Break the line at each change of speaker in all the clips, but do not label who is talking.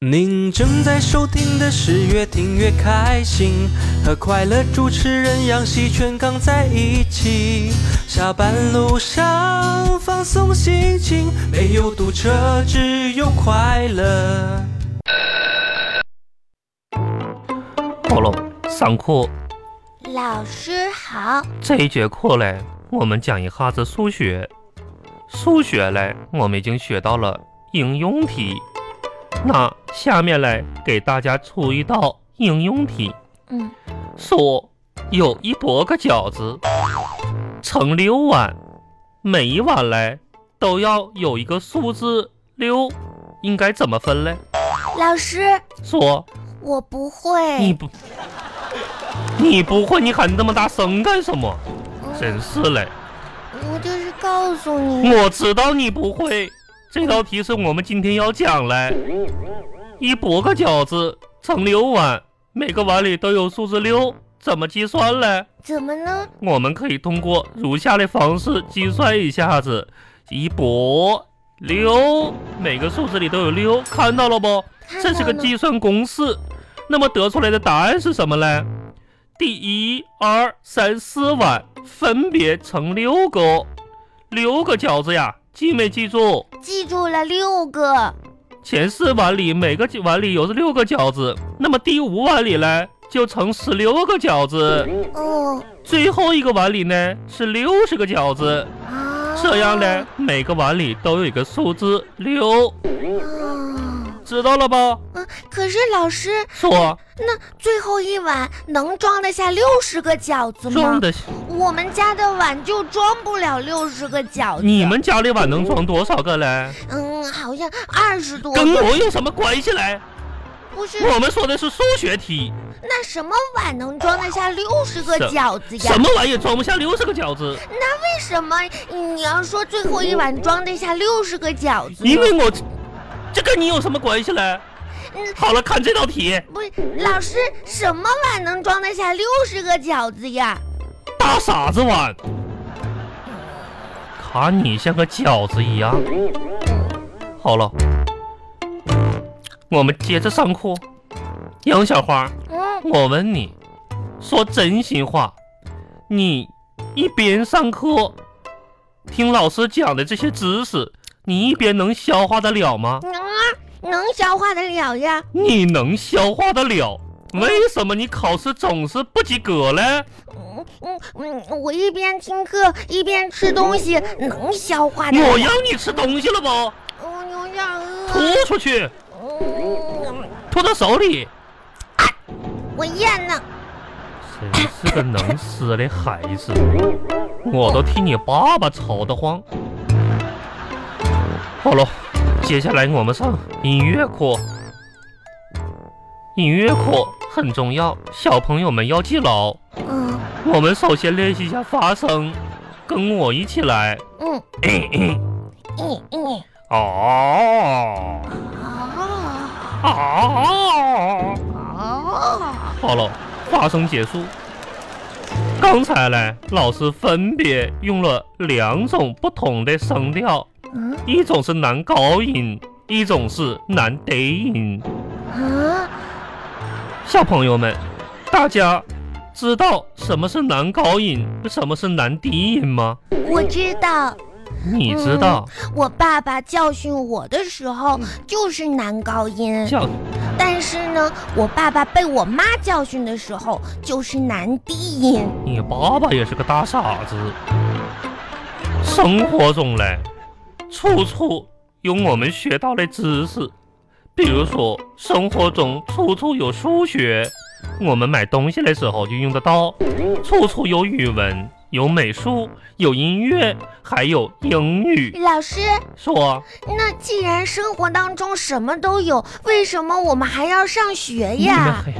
您正在收听的是越听越开心，和快乐主持人杨喜全刚在一起。下班路上放松心情，没有堵车，只有快乐。
喉咙、上课
老师好，
这一节课嘞，我们讲一下子数学。数学嘞，我们已经学到了应用题。那下面嘞，给大家出一道应用题：
嗯，
说有一百个饺子，盛六碗，每一碗嘞都要有一个数字六，应该怎么分嘞？
老师，
说
我不会。
你不， 你不会，你喊那么大声干什么？
嗯
真是嘞。
我就是告诉你，
我知道你不会，这道题是我们今天要讲嘞。一百个饺子盛六碗，每个碗里都有数字六，怎么计算嘞？
怎么呢？
我们可以通过如下的方式计算一下子：一百六，每个数字里都有六，看到了不？
看
这是个
到了
计算公式。那么得出来的答案是什么嘞？第一、二、三、四碗分别盛六个，六个饺子呀，记没记住？
记住了六个，
前四碗里每个碗里有六个饺子，那么第五碗里嘞就盛十六个饺子，
哦
最后一个碗里呢是六十个饺子。
啊，
这样呢，每个碗里都有一个数字六，
啊
知道了吧？
嗯，可是老师，
说
那最后一碗能装得下六十个饺子
装
吗？
的，
我们家的碗就装不了六十个饺子。
你们家里碗能装多少个嘞？
嗯，好像二十多
跟
个，
我有什么关系嘞？
不是？
我们说的是数学题，
那什么碗能装得下六十个
什
饺子呀
什？么玩意儿装不下六十个饺子？
为什么你要说最后一碗装得下六十个饺子呢？
因为我这跟你有什么关系嘞？
嗯
好了，看这道题，
不是老师，什么碗能装得下六十个饺子呀？
大傻子碗，看你像个饺子一样。好了，我们接着上课。杨小花，
嗯，
我问你，说真心话，你一边上课听老师讲的这些知识，你一边能消化得了吗？
能啊，能消化得了呀？
你能消化得了？为什么你考试总是不及格嘞？
嗯嗯嗯，我一边听课一边吃东西，能消化得
我
了。
让你吃东西了不？
嗯，有点
吐
饿。
出去，
嗯，
吐到手里。
我咽呢。
真是个能吃的孩子，我都替你爸爸愁得慌。好了，接下来我们上音乐课。音乐课很重要，小朋友们要记牢。
嗯
我们首先练习一下发声，跟我一起来。
嗯
哎
嗯嗯。
哦
啊
哦，
啊！
好了，发声结束。刚才嘞，老师分别用了两种不同的声调，
嗯
一种是男高音，一种是男低音。
啊，
小朋友们，大家知道什么是男高音，什么是男低音吗？
我知道。
你知道？
我爸爸教训我的时候
嗯
就是男高音，
叫
但是呢，我爸爸被我妈教训的时候就是男低音。
你爸爸也是个大傻子。生活中嘞，处处有我们学到的知识，比如说生活中处处有数学，我们买东西的时候就用得到；处处有语文，有美术，有音乐，还有英语。
老师，
说，
那既然生活当中什么都有，为什么我们还要上学
你们
哎呀？
还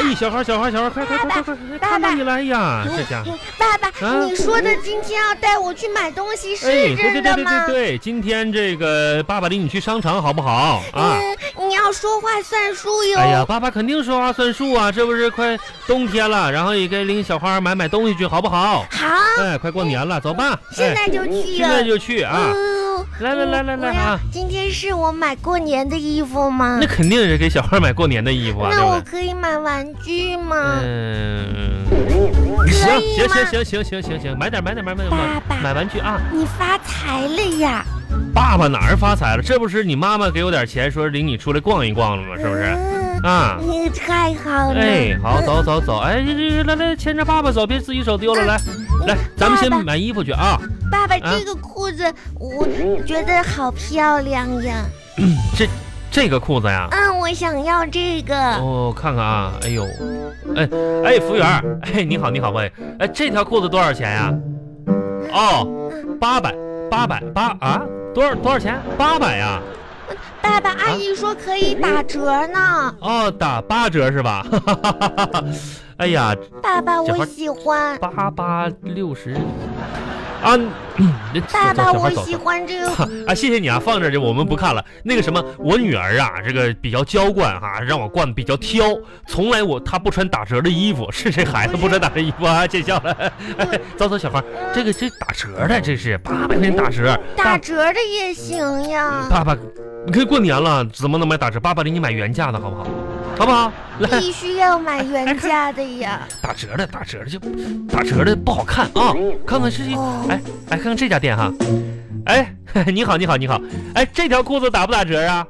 哎，小孩儿，小孩儿，小孩儿，快快快快快快，看到你来呀！这家伙，
嗯爸爸，
啊
你说的今天要带我去买东西
哎，
是
对对
真
对
的
对
吗
对？对，今天这个爸爸领你去商场好不好啊？
嗯，你要要说话算数哟。
哎呀，爸爸肯定说话算数啊，这不是快冬天了，然后也该领小花儿买买东西去，好不好？
好，
哎，快过年了，走吧。
啊嗯现
哎
在就去
现
呀。
在就去啊！
嗯
来来来来
我
来
要
啊！
今天是我买过年的衣服吗
那？肯定是给小花儿买过年的衣服啊，对
那我
不对？
可以买玩具吗？
嗯，
可
行
以
行
吗
行行行行行行，买点买点买点买
爸爸
买玩具啊！
你发财了呀！
爸爸哪儿发财了？这不是你妈妈给我点钱，说领你出来逛一逛了吗？是不是？
嗯，
啊，
你太好了。
哎，好，
嗯
走走走，哎，这这来来，牵着爸爸走，别自己手丢了，来
嗯
来，咱们先买衣服去啊。
爸爸，
啊
这个裤子我觉得好漂亮呀！
这这个裤子呀，
嗯，我想要这个。
哦，看看啊，哎呦，哎哎，服务员儿，哎，你好你好，喂，哎，这条裤子多少钱呀？哦，八百八百八啊，多少多少钱？八百呀？
爸爸，阿姨说可以打折呢。
哦，打八折是吧？ 哈哈哈哈哎呀，
爸爸，
这会
我
儿
喜欢。
八八六十啊，你走
爸
走小
爸，我
孩走
喜
走。
欢这个。
啊，谢谢你啊，放这儿就我们不看了。那个什么，我女儿啊，这个比较娇惯哈、让我惯比较挑，从来我她不穿打折的衣服，是这孩子不穿打折衣服啊，见笑了。哎，走走，小花，这个这打折的这是八百块钱打折，
打
大
折的也行呀，
爸爸，你看过年了，怎么能买打折？爸爸给你买原价的好不好？好不好？来，
必须要买原价的呀。
打折的，打折的就打折的不好看啊！看看是一，
哦
哎哎，看看这家店哈，哎， 你好，你好，你好，哎，这条裤子打不打折啊？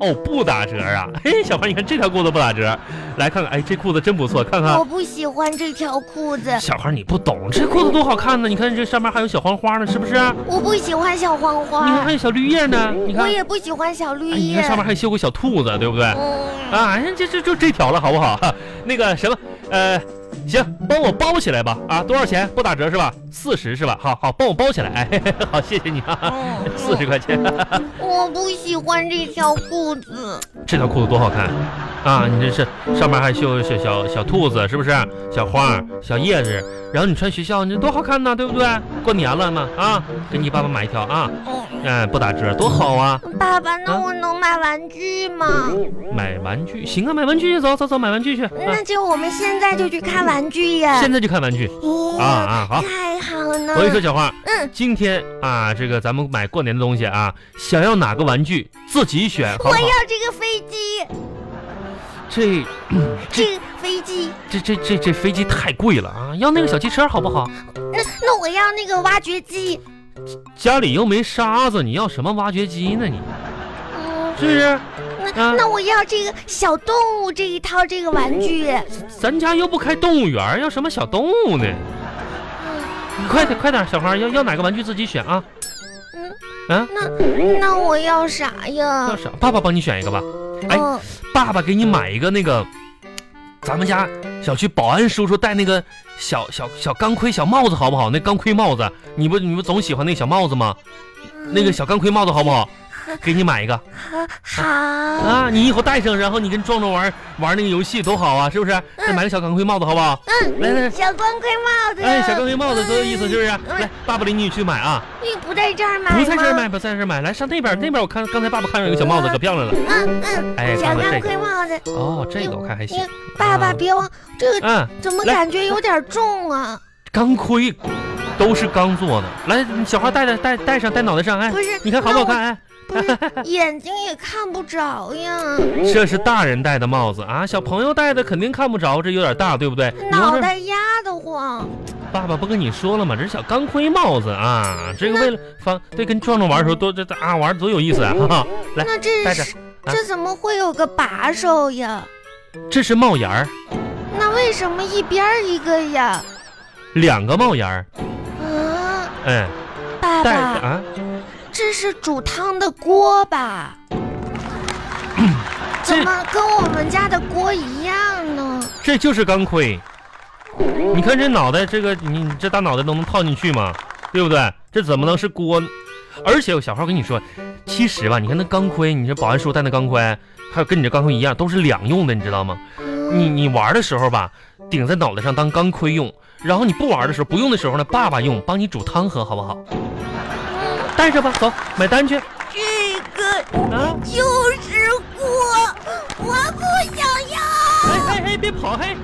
哦，不打折啊！嘿，小花，你看这条裤子不打折，来看看，哎，这裤子真不错，看看
我。不喜欢这条裤子，
小花，你不懂，这裤子多好看呢！你看这上面还有小黄花呢，是不是？你
我不喜欢小黄
看还
花，
有小绿叶呢，你哎看
哦我，也不喜欢小绿
哎，你
叶
看。上面还绣个小兔子，对不对？
嗯，
啊，这这就这条了，好不 好？那个什么，呃，行，帮我包起来吧。啊，多少钱？不打折是吧？四十是吧？好好，帮我包起来。哎， 好，谢谢你啊，
嗯
四十块钱。
我不喜欢这条裤子。
这条裤子多好看啊！你这是上面还绣小小小兔子，是不是？小花儿、小叶子，然后你穿学校，你这多好看呢，对不对？过年了嘛，啊，给你爸爸买一条啊，
嗯，
哎，不打折，多好啊！
爸爸，那
啊
我能买玩具吗？
买玩具，行啊，买玩具去，走走走，买玩具去。啊，
那就我们现在就去看玩具呀。
现在就看玩具
哦
啊啊，好。
太好了。
我跟你说，小花，
嗯，
今天啊，这个咱们买过年的东西啊，想要哪个玩具自己选，好不
我
好？
要这个飞机，
这
这个飞机。
这这这这飞机太贵了啊，要那个小汽车好不好？
那嗯那我要那个挖掘机。
家里又没沙子，你要什么挖掘机呢你？
嗯，
是不是？啊
那那我要这个小动物这一套这个玩具。嗯
咱家又不开动物园，要什么小动物呢？你快点快点，小花要要哪个玩具自己选啊？
嗯，
啊，
那那我要啥
要
呀？
啥？爸爸帮你选一个吧，哎
嗯，
爸爸给你买一个那个，咱们家小区保安叔叔戴那个小小小钢盔小帽子好不好？那钢盔帽子，你不你不总喜欢那小帽子吗？那个小钢盔帽子好不好？给你买一个
嗯好，
啊！你以后戴上，然后你跟壮壮玩玩那个游戏多好啊，是不是？再买个小钢盔帽子好不好？
嗯，
来来，
小光盔帽子。
哎，小钢盔帽子多有意思，是不是？
嗯
来，爸爸领你去买啊！
你不在这儿买吗？
不在这儿买，。不在这儿买，来上那边，那边我看刚才爸爸看上有个小帽子，可漂亮了。
嗯嗯，
哎，
小
看看
钢
这个，
盔帽子。
哦，这个我看还行
你。爸爸别忘，这个
嗯。
怎么
来
感觉有点重啊？
钢盔都是钢做的。来，小花戴戴戴戴上，戴脑袋上，哎
不，是，
你看好不好看？哎，
那我？不是，眼睛也看不着呀，
这是大人戴的帽子啊，小朋友戴的肯定看不着，这有点大，对不对？你要
脑
是
袋压得慌。
爸爸不跟你说了吗？这是小钢盔帽子啊，这个为了防对跟壮壮玩的时候多这这啊玩多有意思啊！哈哈来，
那这
戴着
是
啊
这怎么会有个把手呀？
这是帽檐儿，
那为什么一边儿一个呀？
两个帽檐儿，
啊，
哎，
爸
戴
爸，
啊，
这是煮汤的锅吧？
这
怎么跟我们家的锅一样呢？
这就是钢盔。你看这脑袋，这个你你这大脑袋都能套进去吗？对不对？这怎么能是锅呢？而且我小号跟你说，其实吧，你看那钢盔，你这保安叔戴那钢盔，还有跟你这钢盔一样，都是两用的，你知道吗？你
嗯，
你玩的时候吧，顶在脑袋上当钢盔用，然后你不玩的时候，不用的时候呢，爸爸用，帮你煮汤喝，好不好？戴着吧，走，买单去
这个嗯
啊！
就是锅。
我不想要。
嘿嘿嘿，别跑嘿！